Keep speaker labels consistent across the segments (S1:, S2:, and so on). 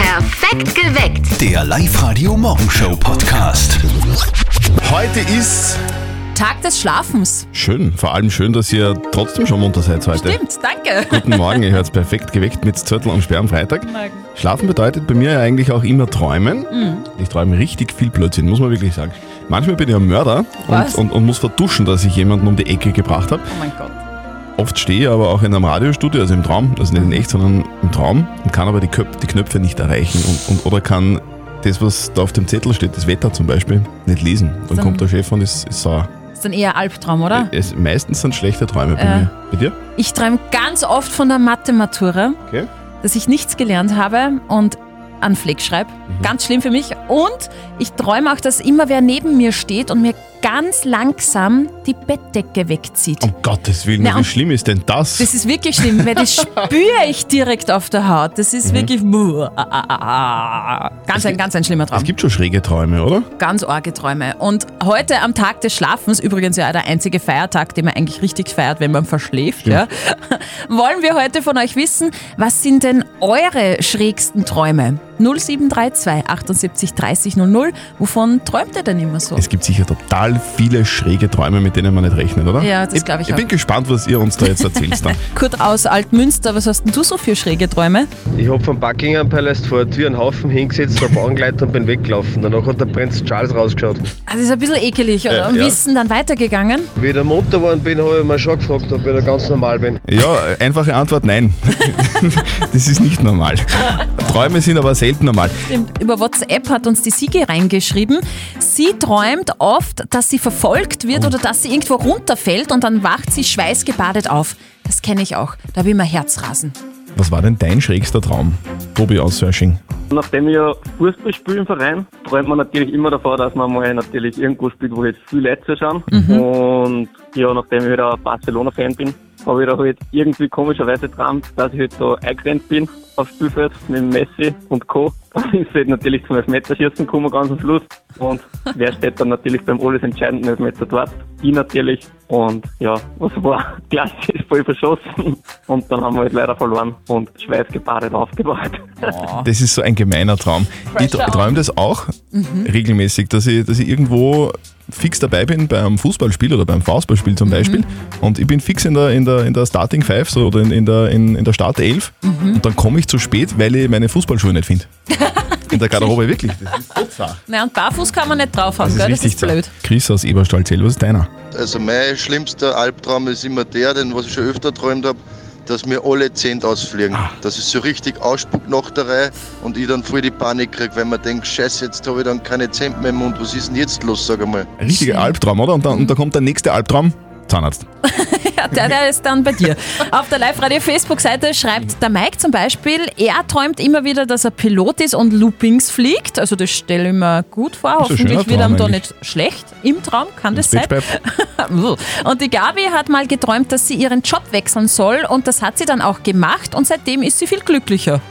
S1: Perfekt geweckt.
S2: Der Live-Radio Morgenshow Podcast.
S3: Heute ist
S4: Tag des Schlafens.
S3: schön, vor allem schön, dass ihr trotzdem schon munter seid heute.
S4: Stimmt, danke.
S3: Guten Morgen, ihr hört perfekt geweckt mit Zürtel und Sperr am Freitag.
S4: Oh
S3: Schlafen bedeutet bei mir ja eigentlich auch immer träumen.
S4: Mhm.
S3: Ich träume richtig viel Blödsinn, muss man wirklich sagen. Manchmal bin ich ein Mörder und,
S4: Was?
S3: und, und muss vertuschen, dass ich jemanden um die Ecke gebracht habe.
S4: Oh mein Gott.
S3: Oft stehe ich aber auch in einem Radiostudio, also im Traum, also nicht in echt, sondern im Traum und kann aber die, Köp die Knöpfe nicht erreichen und, und, oder kann das, was da auf dem Zettel steht, das Wetter zum Beispiel, nicht lesen. Dann
S4: Dann-
S3: kommt der Chef und ist, ist sauer.
S4: Ist dann eher Albtraum, oder?
S3: Äh, Es, meistens sind schlechte Träume bei
S4: Ah. Ja.
S3: mir. Bei dir?
S4: Ich träume ganz oft von der Mathe-Matura,
S3: Okay.
S4: dass ich nichts gelernt habe und an Fleck schreibe. Ganz schlimm für mich. Und ich träume auch, dass immer wer neben mir steht und mir ganz langsam die Bettdecke wegzieht.
S3: Um Gottes Willen,
S4: Na,
S3: wie
S4: und-
S3: schlimm ist denn das?
S4: Das ist wirklich schlimm, weil das spüre ich direkt auf der Haut. Das ist wirklich ah, ganz ein, ganz ein schlimmer Traum.
S3: es gibt schon schräge Träume, oder?
S4: ganz arge Träume. Und heute am Tag des Schlafens, übrigens ja der einzige Feiertag, den man eigentlich richtig feiert, wenn man verschläft, ja, wollen wir heute von euch wissen, was sind denn eure schrägsten Träume? 0732 78 30 00, wovon träumt ihr denn immer so?
S3: Es gibt sicher total viele schräge Träume, mit denen man nicht rechnet, oder?
S4: Ja, das glaub ich
S3: Ich
S4: auch.
S3: bin gespannt, was ihr uns da jetzt erzählt. dann.
S4: Kurt aus Altmünster, was hast denn du so für schräge Träume?
S5: Ich hab vom Buckingham Palace vor der Tür einen Haufen hingesetzt, hab angeleitert und bin weggelaufen. Danach hat der Prinz Charles rausgeschaut.
S4: Also das ist ein bisschen ekelig, oder?
S3: Äh,
S4: Und
S3: ja.
S4: wie ist denn dann weitergegangen?
S5: Wie ich dann munter geworden bin, habe ich mir schon gefragt, ob ich da ganz normal bin.
S3: Ja, äh, einfache Antwort, nein. das ist nicht normal. Träume sind aber selten normal.
S4: Stimmt. Über WhatsApp hat uns die Sigi reingeschrieben. Sie träumt oft, dass sie verfolgt
S3: Oh.
S4: wird oder dass sie irgendwo runterfällt und dann wacht sie schweißgebadet auf. Das kenne ich auch. Da habe ich immer Herzrasen.
S3: Was war denn dein schrägster Traum, Tobi aus Sösching?
S6: Nachdem ich ja Fußball spiele im Verein, träumt man natürlich immer davon, dass man mal natürlich irgendwo spielt, wo jetzt viele Leute zuschauen. Und ja, nachdem ich wieder Barcelona-Fan bin, habe ich da halt irgendwie komischerweise geträumt, dass ich halt da eingerennt bin aufs Spielfeld mit Messi und Co. Dann ist halt natürlich zum Elfmeterschießen gekommen ganz am Schluss. Und wer steht dann natürlich beim alles entscheidenden Elfmeter dort? Ich natürlich. Und ja, was war? Klasse ist voll verschossen. Und dann haben wir halt leider verloren und schweißgebadet aufgewacht.
S3: Das ist so ein gemeiner Traum. Ich tr- träume das auch
S4: Mhm.
S3: regelmäßig, dass ich, dass ich irgendwo fix dabei bin beim Fußballspiel oder beim Faustballspiel
S4: Mhm.
S3: zum Beispiel. Und ich bin fix in der, in der, in der Starting Five so, oder in, in der, in, in der Startelf.
S4: Mhm.
S3: Und dann komme ich zu spät, weil ich meine Fußballschuhe nicht finde. In der Garderobe, wirklich. Das ist so zart.
S4: Na und barfuß kann man nicht drauf haben, gell? Das ist
S3: zart.
S4: blöd.
S3: Chris aus Eberstall-Zell, was ist deiner?
S7: Also mein schlimmster Albtraum ist immer der, den was ich schon öfter träumt habe, dass mir alle Zehn ausfliegen. Das ist so richtig Ausspucknachterei und ich dann voll die Panik kriege, wenn man denkt, scheiße, jetzt habe ich dann keine Zehn mehr im Mund, was ist denn jetzt los, sag einmal.
S3: Ein richtiger Albtraum, oder? Und dann,
S4: Mhm.
S3: und dann kommt der nächste Albtraum. Zahnarzt.
S4: Ja, der, der ist dann bei dir. Auf der Live-Radio-Facebook-Seite schreibt der Mike zum Beispiel, er träumt immer wieder, dass er Pilot ist und Loopings fliegt. Also das stelle ich mir gut vor.
S3: Das ist ein schöner
S4: Hoffentlich wird
S3: Traum
S4: ihm da
S3: eigentlich.
S4: nicht schlecht im Traum, kann das sein?
S3: Bitchbab.
S4: Und die Gabi hat mal geträumt, dass sie ihren Job wechseln soll und das hat sie dann auch gemacht und seitdem ist sie viel glücklicher.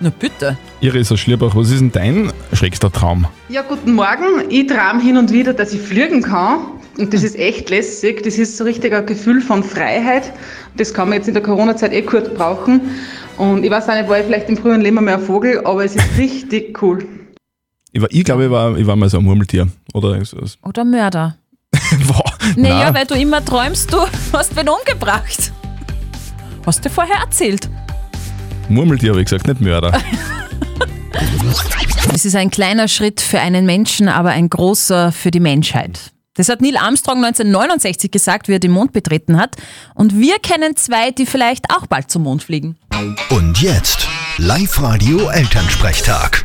S4: Na bitte.
S3: Iris aus Schlierbach, was ist denn dein schrägster Traum?
S8: Ja, guten Morgen. Ich träume hin und wieder, dass ich fliegen kann. Und das ist echt lässig. Das ist so richtig ein Gefühl von Freiheit. Das kann man jetzt in der Corona-Zeit eh kurz brauchen. Und ich weiß auch nicht, war ich vielleicht im früheren Leben mal ein Vogel, aber es ist richtig cool.
S3: Ich, war, ich glaube, ich war, ich war mal so ein Murmeltier. Oder so. so-
S4: Oder Mörder.
S3: Wow.
S4: Naja,
S3: Nein.
S4: weil du immer träumst, du hast wen umgebracht. Hast du vorher erzählt.
S3: Murmeltier habe ich gesagt, nicht Mörder.
S4: Es ist ein kleiner Schritt für einen Menschen, aber ein großer für die Menschheit. Das hat Neil Armstrong 1969 gesagt, wie er den Mond betreten hat. Und wir kennen zwei, die vielleicht auch bald zum Mond fliegen.
S2: Und jetzt Live-Radio Elternsprechtag.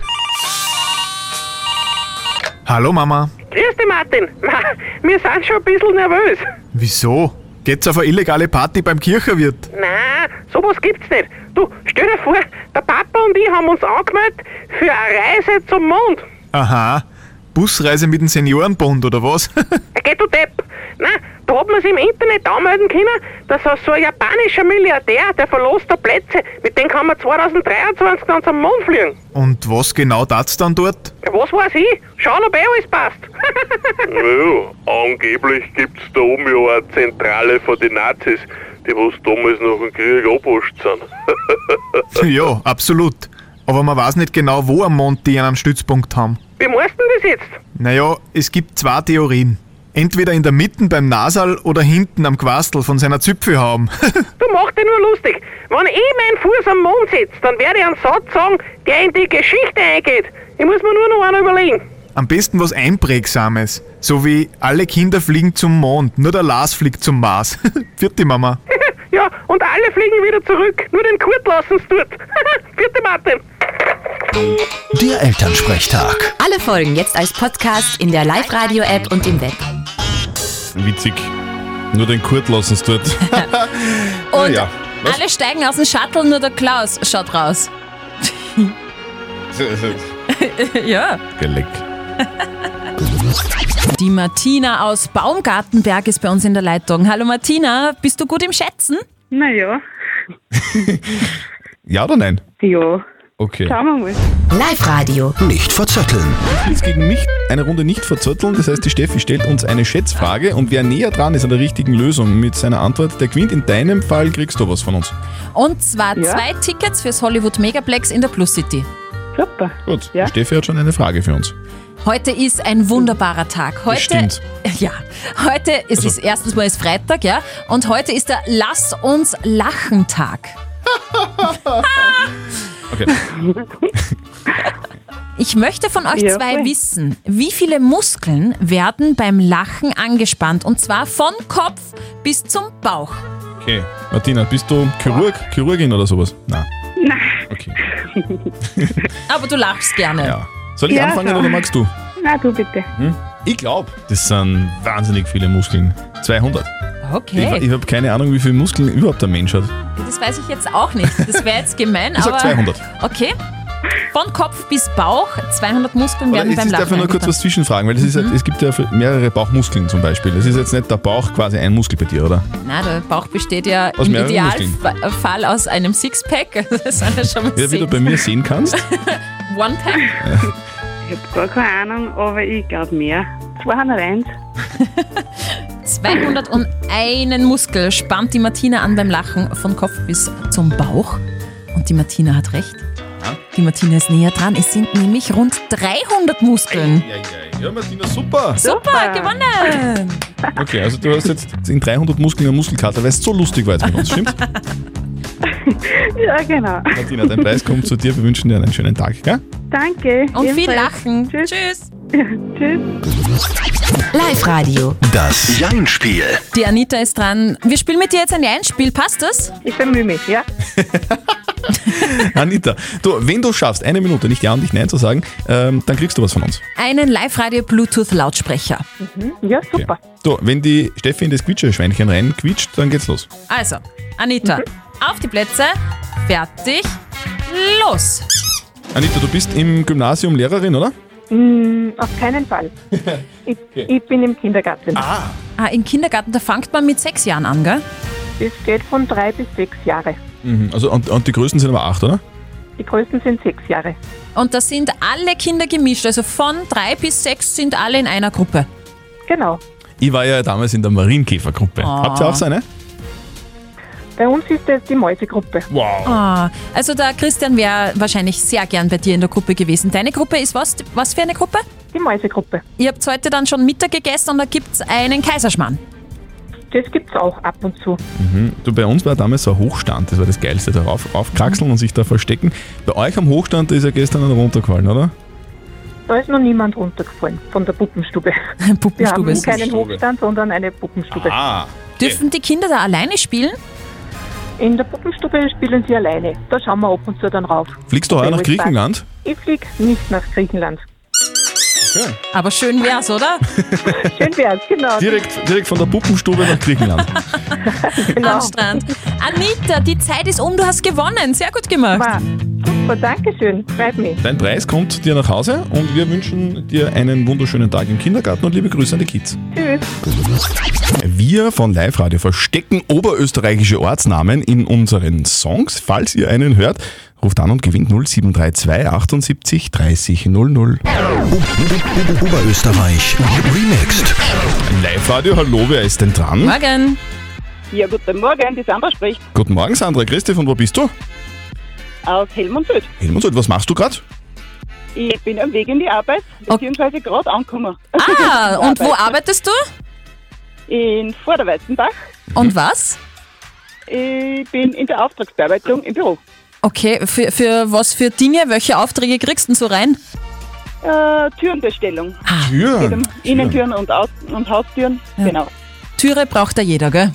S9: Hallo Mama.
S10: Grüß dich, Martin. Ma, Wir sind schon ein bisschen nervös.
S9: Wieso? Geht's auf eine illegale Party beim Kircherwirt?
S10: Nein, sowas gibt's nicht. Du, stell dir vor, der Papa und ich haben uns angemeldet für eine Reise zum Mond.
S9: Aha. Busreise mit dem Seniorenbund oder was?
S10: Geh du Depp. Nein, da hat man sich im Internet anmelden können, dass so ein japanischer Milliardär, der verlost der Plätze, mit dem kann man 2023 dann zum Mond fliegen.
S9: Und was genau tat's dann dort?
S10: Ja, Was weiß ich? Schauen, ob eh alles passt.
S11: Naja, angeblich gibt's da oben ja eine Zentrale von den Nazis, die was damals nach dem Krieg abwascht sind.
S9: ja, absolut. aber man weiß nicht genau, wo am Mond die einen Stützpunkt haben.
S10: Wie machst du denn das jetzt?
S9: Naja, es gibt zwei Theorien. Entweder in der Mitte beim Nasal oder hinten am Quastel von seiner Zipfelhaube.
S10: Du machst dich nur lustig. Wenn ich meinen Fuß am Mond setze, dann werde ich einen Satz sagen, der in die Geschichte eingeht. Ich muss mir nur noch einen überlegen.
S9: Am besten was Einprägsames. So wie alle Kinder fliegen zum Mond, nur der Lars fliegt zum Mars. Vierte Mama.
S10: ja, und alle fliegen wieder zurück. Nur den Kurt lassen es dort. Vierte Martin.
S2: Der Elternsprechtag.
S1: Alle Folgen jetzt als Podcast in der Live-Radio-App und im Web.
S3: Witzig. Nur den Kurt lassen es dort.
S4: Und
S3: ja, was?
S4: alle steigen aus dem Shuttle, nur der Klaus schaut raus. ja.
S3: Geleck.
S4: Die Martina aus Baumgartenberg ist bei uns in der Leitung. Hallo Martina, bist du gut im Schätzen?
S12: Naja,
S3: Ja oder nein?
S12: ja.
S3: Okay.
S12: Schauen wir mal.
S1: Live-Radio.
S2: Nicht verzetteln.
S3: Es gegen nicht eine Runde nicht verzötteln. Das heißt, die Steffi stellt uns eine Schätzfrage und wer näher dran ist an der richtigen Lösung mit seiner Antwort, der gewinnt. In deinem Fall kriegst du was von uns.
S4: Und zwar
S12: Ja.
S4: zwei Tickets fürs Hollywood Megaplex in der Plus City.
S12: Super.
S3: Gut.
S12: Ja.
S3: die Steffi hat schon eine Frage für uns.
S4: Heute ist ein wunderbarer Tag. Heute,
S3: stimmt.
S4: Ja, heute es ist erstens mal ist Freitag, ja, und heute ist der Lass uns lachen Tag.
S3: Okay.
S4: Ich möchte von euch
S12: Ja,
S4: zwei
S12: voll.
S4: wissen, wie viele Muskeln werden beim Lachen angespannt und zwar von Kopf bis zum Bauch.
S3: okay. Martina, bist du Chirurg, Chirurgin oder sowas? Nein. Nein. Okay.
S4: Aber du lachst gerne.
S3: Ja. Soll ich
S12: Ja,
S3: anfangen
S12: ja.
S3: oder magst du?
S12: Na, du bitte.
S3: Ich glaube, das sind wahnsinnig viele Muskeln. 200. Ich,
S4: Okay,
S3: ich habe keine Ahnung, wie viele Muskeln überhaupt der Mensch hat.
S4: das weiß ich jetzt auch nicht. Das wäre jetzt gemein,
S3: Ich
S4: aber
S3: sag 200.
S4: okay. Von Kopf bis Bauch, 200 Muskeln
S3: Oder
S4: werden
S3: jetzt
S4: beim
S3: ist darf ich
S4: Lachen Mhm.
S3: nur kurz
S4: angespannt.
S3: was zwischenfragen, weil das ist, halt- es gibt ja mehrere Bauchmuskeln zum Beispiel. Das ist jetzt nicht der Bauch quasi ein Muskel bei dir, oder?
S4: Na, der Bauch besteht ja
S3: Aus
S4: im
S3: mehreren
S4: Idealfall aus einem Sixpack. Das sind ja schon mal
S3: Ja, wie du
S4: sechs.
S3: bei mir sehen kannst.
S4: One-Pack.
S12: Ich habe gar keine Ahnung, aber ich glaube mehr. 201.
S4: 201 Muskel spannt die Martina an beim Lachen von Kopf bis zum Bauch. Und die Martina hat recht. Die Martina ist näher dran. Es sind nämlich rund 300 Muskeln.
S3: Ja, Martina, super.
S4: Super, gewonnen!
S3: Okay, also du hast jetzt in 300 Muskeln eine Muskelkater, weil es so lustig war jetzt mit uns, stimmt?
S12: Ja, genau.
S3: Martina, dein Preis kommt zu dir. Wir wünschen dir einen schönen Tag, gell?
S12: Danke.
S4: Und viel
S12: Ebenfalls.
S4: Lachen.
S12: Tschüss.
S4: Tschüss.
S12: Tschüss.
S1: Live-Radio.
S2: Das Jein-Spiel.
S4: Die Anita ist dran. Wir spielen mit dir jetzt ein Jein-Spiel. Passt das?
S12: Ich bemühe mich, ja?
S3: Anita, du, wenn du schaffst, eine Minute nicht Ja und nicht Nein zu sagen, ähm, dann kriegst du was von uns.
S4: Einen Live-Radio-Bluetooth-Lautsprecher.
S12: Ja,
S3: Okay.
S12: super.
S3: Du, wenn die Steffi in das Quietscherschweinchen rein quietscht, dann geht's los.
S4: Also, Anita, auf die Plätze. Fertig. Los!
S3: Anita, du bist im Gymnasium Lehrerin, oder?
S12: Mm, auf keinen Fall. Ich, ich bin im Kindergarten.
S4: Ah, Im Kindergarten, da fängt man mit sechs Jahren an, gell?
S12: Das geht von drei bis sechs Jahre.
S3: Mhm. Also, und, und die Größen sind aber acht, oder?
S12: Die größten sind sechs Jahre.
S4: Und da sind alle Kinder gemischt. Also von drei bis sechs sind alle in einer Gruppe.
S12: Genau.
S3: Ich war ja damals in der Marienkäfergruppe. Habt ihr auch so eine?
S12: Ah. Bei uns ist das die Mäusegruppe.
S3: Wow.
S4: Ah, also der Christian wäre wahrscheinlich sehr gern bei dir in der Gruppe gewesen. Deine Gruppe ist was? Was für eine Gruppe?
S12: Die Mäusegruppe.
S4: Ihr habt heute dann schon Mittag gegessen und da gibt's einen Kaiserschmarrn.
S12: Das gibt's auch ab und zu.
S3: Du, bei uns war damals so ein Hochstand, das war das Geilste, da rauf, raufkraxeln und sich da verstecken. Bei euch am Hochstand, da ist ja gestern einer runtergefallen, oder?
S12: Da ist noch niemand runtergefallen von der Puppenstube. Wir haben
S4: Puppenstube ist
S12: keinen
S3: Puppenstube.
S12: Hochstand, sondern eine Puppenstube.
S3: Ah.
S4: Dürfen die Kinder da alleine spielen?
S12: In der Puppenstube spielen sie alleine. Da schauen wir ab und zu dann rauf.
S3: Fliegst du heuer nach Griechenland?
S12: Ich fliege nicht nach Griechenland.
S4: Aber schön wär's, oder?
S12: Schön wär's, genau.
S3: Direkt, direkt von der Puppenstube nach Griechenland.
S12: Genau.
S4: Am Strand. Anita, die Zeit ist um, du hast gewonnen. Sehr gut gemacht.
S12: Wow. Super, danke schön. Freut mich.
S3: Dein Preis kommt dir nach Hause und wir wünschen dir einen wunderschönen Tag im Kindergarten und liebe Grüße an die Kids.
S12: Tschüss.
S3: Wir von Live Radio verstecken oberösterreichische Ortsnamen in unseren Songs. Falls ihr einen hört, ruft an und gewinnt 0732 78 30 00.
S2: Oberösterreich. Remixed.
S3: Live Radio, hallo, wer ist denn dran?
S4: Morgen.
S12: Ja, guten Morgen, die Sandra spricht.
S3: Guten Morgen, Sandra. Christi, von wo bist du?
S12: aus Helmund Süd.
S3: Helmut, was machst du gerade?
S12: Ich bin am Weg in die Arbeit, beziehungsweise gerade angekommen.
S4: Ah, und wo arbeitest du?
S12: In Vorderweizenbach.
S4: Und was?
S12: Ich bin in der Auftragsbearbeitung im Büro.
S4: Okay, für, für was für Dinge, welche Aufträge kriegst du denn so rein?
S12: Äh, Türenbestellung. Geht um
S4: Türen.
S12: Innentüren und, Außen- und Haustüren,
S4: Ja.
S12: genau.
S4: Türe braucht ja jeder, gell?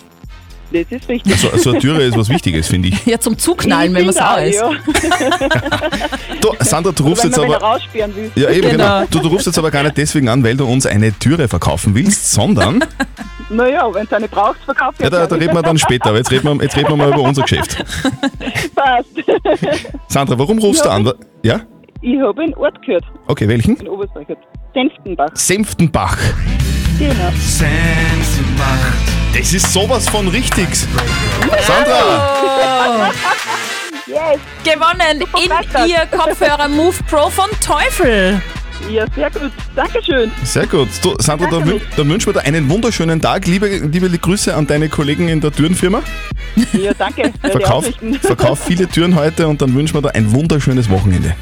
S12: Das ist richtig.
S3: So, Also, so eine Türe ist was Wichtiges, finde ich.
S4: Ja, zum Zuknallen, wenn man es auch ist.
S3: Du, Sandra, du rufst
S12: wenn
S3: jetzt
S12: man
S3: aber.
S12: wieder raussperren will.
S3: Ja, eben, genau. Du, du rufst jetzt aber gar nicht deswegen an, weil du uns eine Türe verkaufen willst, sondern.
S12: Naja, wenn es eine braucht, verkauft
S3: Ja, da, da reden wir dann später, aber jetzt reden wir, jetzt reden wir mal über unser Geschäft.
S12: Passt.
S3: Sandra, warum rufst du an? Ja?
S12: Ich habe einen Ort gehört,
S3: Okay, welchen?
S12: in Oberösterreich. Senftenbach.
S3: Senftenbach.
S12: Genau.
S3: Senftenbach. Das ist sowas von richtig. Sandra!
S12: Yes.
S4: Gewonnen in ihr Kopfhörer Move Pro von Teufel.
S12: Ja, sehr gut. Dankeschön.
S3: Sehr gut. Du, Sandra, da, wün- da wünschen wir dir einen wunderschönen Tag. Liebe, liebe Grüße an deine Kollegen in der Türenfirma.
S12: Ja, danke. für die
S3: Verkauf,
S12: Aussichten.
S3: verkauf viele Türen heute und dann wünschen wir dir ein wunderschönes Wochenende.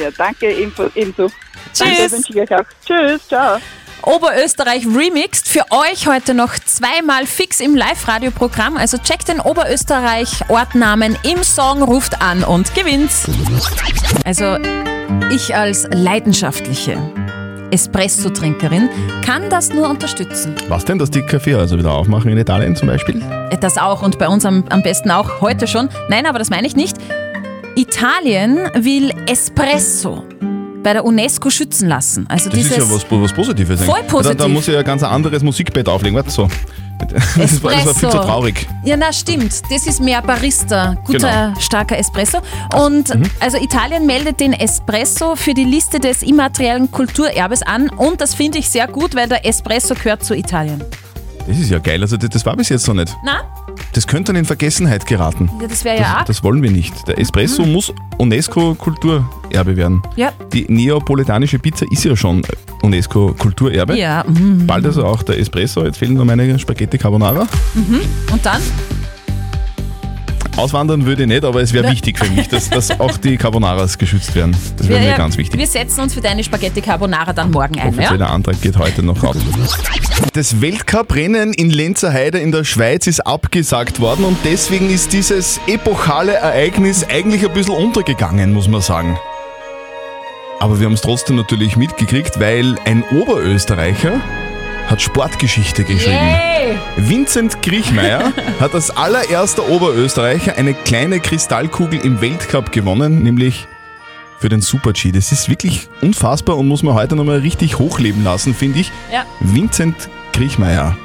S12: Ja, danke ebenso. ebenso.
S4: Tschüss.
S12: Danke, wünsche ich euch auch. Tschüss, ciao.
S4: Oberösterreich Remixed für euch heute noch zweimal fix im Live-Radio-Programm. Also checkt den Oberösterreich-Ortnamen im Song, ruft an und gewinnt. Also ich als leidenschaftliche Espresso-Trinkerin kann das nur unterstützen.
S3: Was denn, dass die Kaffeehäuser wieder aufmachen in Italien zum Beispiel?
S4: Das auch und bei uns am, am besten auch heute schon. Nein, aber das meine ich nicht. Italien will Espresso bei der UNESCO schützen lassen. Also
S3: Das
S4: dieses
S3: ist ja was, was Positives.
S4: Voll
S3: eigentlich. Da, da
S4: positiv.
S3: muss ich ja ein ganz anderes Musikbett auflegen. Warte, so. Das war, das war viel zu
S4: Espresso.
S3: traurig.
S4: Ja, na stimmt. Das ist mehr Barista, guter, starker Espresso. Und
S3: Genau. mhm.
S4: also Italien meldet den Espresso für die Liste des immateriellen Kulturerbes an. Und das finde ich sehr gut, weil der Espresso gehört zu Italien.
S3: Das ist ja geil. Also das, das war bis jetzt noch nicht.
S4: Na?
S3: Das könnte dann in Vergessenheit geraten.
S4: Ja, das wäre ja
S3: das,
S4: arg.
S3: das wollen wir nicht. Der Espresso
S4: Mhm.
S3: muss UNESCO-Kulturerbe werden.
S4: Ja.
S3: Die neapolitanische Pizza ist ja schon UNESCO-Kulturerbe.
S4: Ja. mm.
S3: Bald also auch der Espresso. Jetzt fehlen noch meine Spaghetti Carbonara.
S4: Mhm. Und dann?
S3: Auswandern würde ich nicht, aber es wäre
S4: Ja.
S3: wichtig für mich, dass, dass auch die Carbonaras geschützt werden. Das wäre mir
S4: Wir-
S3: ganz wichtig.
S4: Wir setzen uns für deine Spaghetti Carbonara dann morgen ein, ja?
S3: Offizieller Antrag geht heute noch raus. Das Weltcuprennen in Lenzerheide in der Schweiz ist abgesagt worden und deswegen ist dieses epochale Ereignis eigentlich ein bisschen untergegangen, muss man sagen. Aber wir haben es trotzdem natürlich mitgekriegt, weil ein Oberösterreicher hat Sportgeschichte geschrieben.
S4: Yay!
S3: Vincent Griechmeier hat als allererster Oberösterreicher eine kleine Kristallkugel im Weltcup gewonnen, nämlich für den Super-G. Das ist wirklich unfassbar und muss man heute nochmal richtig hochleben lassen, finde ich.
S4: Ja.
S3: Vincent Griechmeier,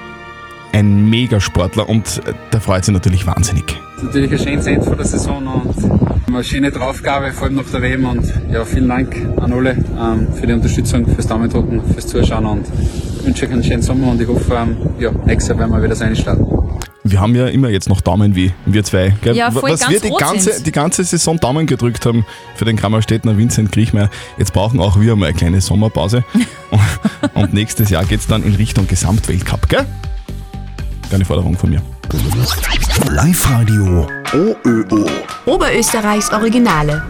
S3: ein Megasportler und äh, da freut sich natürlich wahnsinnig.
S13: Ist Natürlich ein schönes Ende von der Saison und eine schöne Draufgabe, vor allem nach der WM. Und ja, vielen Dank an alle ähm, für die Unterstützung, fürs Daumendrücken, fürs Zuschauen und ich wünsche euch einen schönen Sommer und ich hoffe, ähm, ja, nächstes Jahr werden wir wieder sein starten.
S3: Wir haben ja immer jetzt noch Daumenweh, wir zwei. Gell?
S13: Ja, voll
S3: Was
S13: ganz
S3: wir die
S13: rot
S3: ganze,
S13: sind.
S3: die ganze Saison Daumen gedrückt haben für den Krammerstädtner Vincent Griechmeier. Jetzt brauchen auch wir mal eine kleine Sommerpause. Und nächstes Jahr geht es dann in Richtung Gesamtweltcup, gell? Keine Forderung von mir.
S2: Live-Radio OÖO.
S1: Oberösterreichs Originale.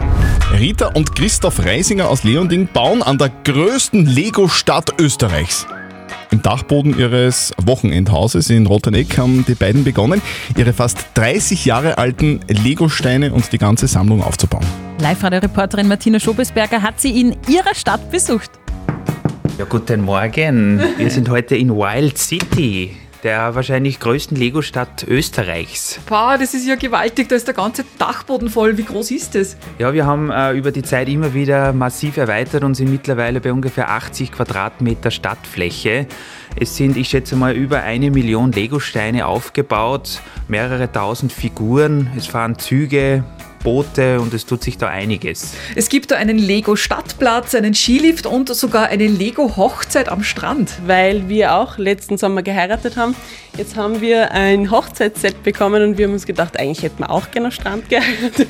S3: Rita und Christoph Reisinger aus Leonding bauen an der größten Lego-Stadt Österreichs. Im Dachboden ihres Wochenendhauses in Rotteneck haben die beiden begonnen, ihre fast 30 Jahre alten Lego-Steine und die ganze Sammlung aufzubauen.
S4: Live-Radio-Reporterin Martina Schobesberger hat sie in ihrer Stadt besucht.
S14: Ja, guten Morgen. Wir sind heute in Wild City, der wahrscheinlich größten Lego-Stadt Österreichs.
S15: Wow, das ist ja gewaltig, da ist der ganze Dachboden voll. Wie groß ist das?
S14: Ja, wir haben äh, über die Zeit immer wieder massiv erweitert und sind mittlerweile bei ungefähr 80 Quadratmeter Stadtfläche. Es sind, ich schätze mal, über eine Million Legosteine aufgebaut, mehrere tausend Figuren, es fahren Züge, Boote und es tut sich da einiges.
S15: Es gibt da einen Lego-Stadtplatz, einen Skilift und sogar eine Lego-Hochzeit am Strand.
S16: weil wir auch letzten Sommer geheiratet haben. Jetzt haben wir ein Hochzeitsset bekommen und wir haben uns gedacht, eigentlich hätten wir auch gerne am Strand geheiratet.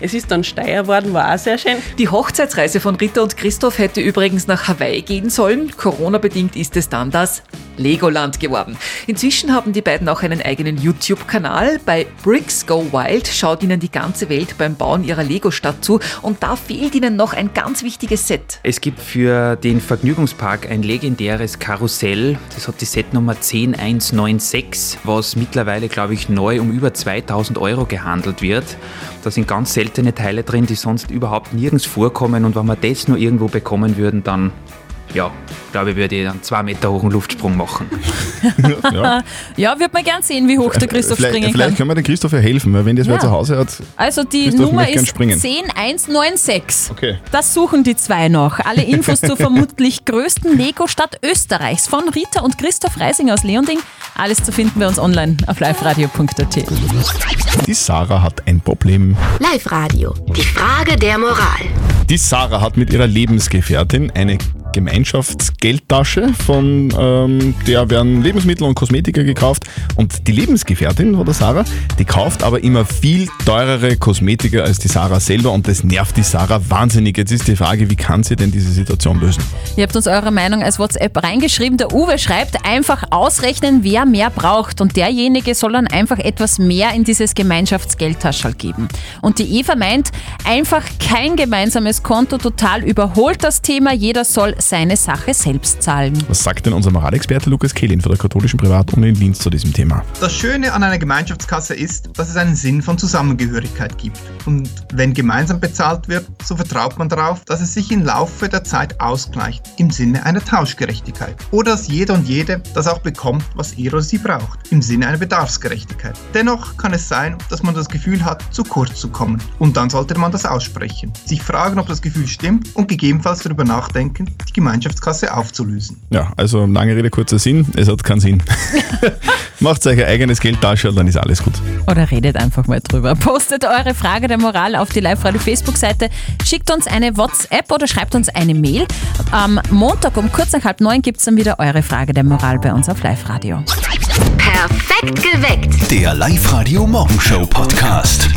S16: Es ist dann Steier worden, war auch sehr schön.
S15: Die Hochzeitsreise von Ritter und Christoph hätte übrigens nach Hawaii gehen sollen. Corona-bedingt ist es dann das
S17: Legoland geworden. Inzwischen haben die beiden auch einen eigenen YouTube-Kanal. Bei Bricks Go Wild schaut ihnen die ganze Welt beim Bauen ihrer Lego-Stadt zu und da fehlt ihnen noch ein ganz wichtiges Set.
S6: Es gibt für den Vergnügungspark ein legendäres Karussell. Das hat die Setnummer 10196, was mittlerweile, glaube ich, neu um über 2000 Euro gehandelt wird. Da sind ganz seltene Teile drin, die sonst überhaupt nirgends vorkommen. Und wenn wir das nur irgendwo bekommen würden, dann, ja, glaube ich, würde ich einen 2 Meter hohen Luftsprung machen.
S4: Ja, wird man gern sehen, wie hoch der Christoph
S3: vielleicht,
S4: springen
S3: Vielleicht
S4: kann.
S3: können wir dem Christoph ja helfen, weil wenn das wer
S4: Ja.
S3: zu Hause hat.
S4: Also die
S3: Christoph
S4: Nummer
S3: möchte gern
S4: ist
S3: springen.
S4: 10196.
S3: Okay.
S4: Das suchen die zwei noch. Alle Infos zur vermutlich größten Lego-Stadt Österreichs von Rita und Christoph Reising aus Leonding. Alles zu finden bei uns online auf liveradio.at.
S3: Die Sarah hat ein Problem.
S1: Live Radio. Die Frage der Moral.
S3: Die Sarah hat mit ihrer Lebensgefährtin eine Gemeinschaftsgeldtasche, von ähm, der werden Lebensmittel und Kosmetika gekauft. Und die Lebensgefährtin von der Sarah, die kauft aber immer viel teurere Kosmetika als die Sarah selber und das nervt die Sarah wahnsinnig. Jetzt ist die Frage, wie kann sie denn diese Situation lösen?
S4: Ihr habt uns eure Meinung als WhatsApp reingeschrieben. Der Uwe schreibt, einfach ausrechnen, wer mehr braucht. Und derjenige soll dann einfach etwas mehr in dieses Gemeinschaftsgeldtaschel geben. Und die Eva meint, einfach kein gemeinsames Konto, total überholt das Thema. Jeder soll seine Sache selbst zahlen.
S3: Was sagt denn unser Moralexperte Lukas Kehlin von der katholischen Privatuni in Linz zu diesem Thema?
S9: Das Schöne an einer Gemeinschaftskasse ist, dass es einen Sinn von Zusammengehörigkeit gibt. Und wenn gemeinsam bezahlt wird, so vertraut man darauf, dass es sich im Laufe der Zeit ausgleicht, im Sinne einer Tauschgerechtigkeit. Oder dass jeder und jede das auch bekommt, was er oder sie braucht, im Sinne einer Bedarfsgerechtigkeit. Dennoch kann es sein, dass man das Gefühl hat, zu kurz zu kommen. Und dann sollte man das aussprechen, sich fragen, ob das Gefühl stimmt und gegebenenfalls darüber nachdenken, die Gemeinschaftskasse aufzulösen.
S3: Ja, also lange Rede, kurzer Sinn, es hat keinen Sinn. Macht euch ein eigenes Geldtasche und dann ist alles gut.
S4: Oder redet einfach mal drüber. Postet eure Frage der Moral auf die Live-Radio-Facebook-Seite, schickt uns eine WhatsApp oder schreibt uns eine Mail. Am Montag um kurz nach halb neun gibt es dann wieder eure Frage der Moral bei uns auf Live-Radio.
S1: Perfekt geweckt.
S2: Der Live-Radio Morgenshow Podcast.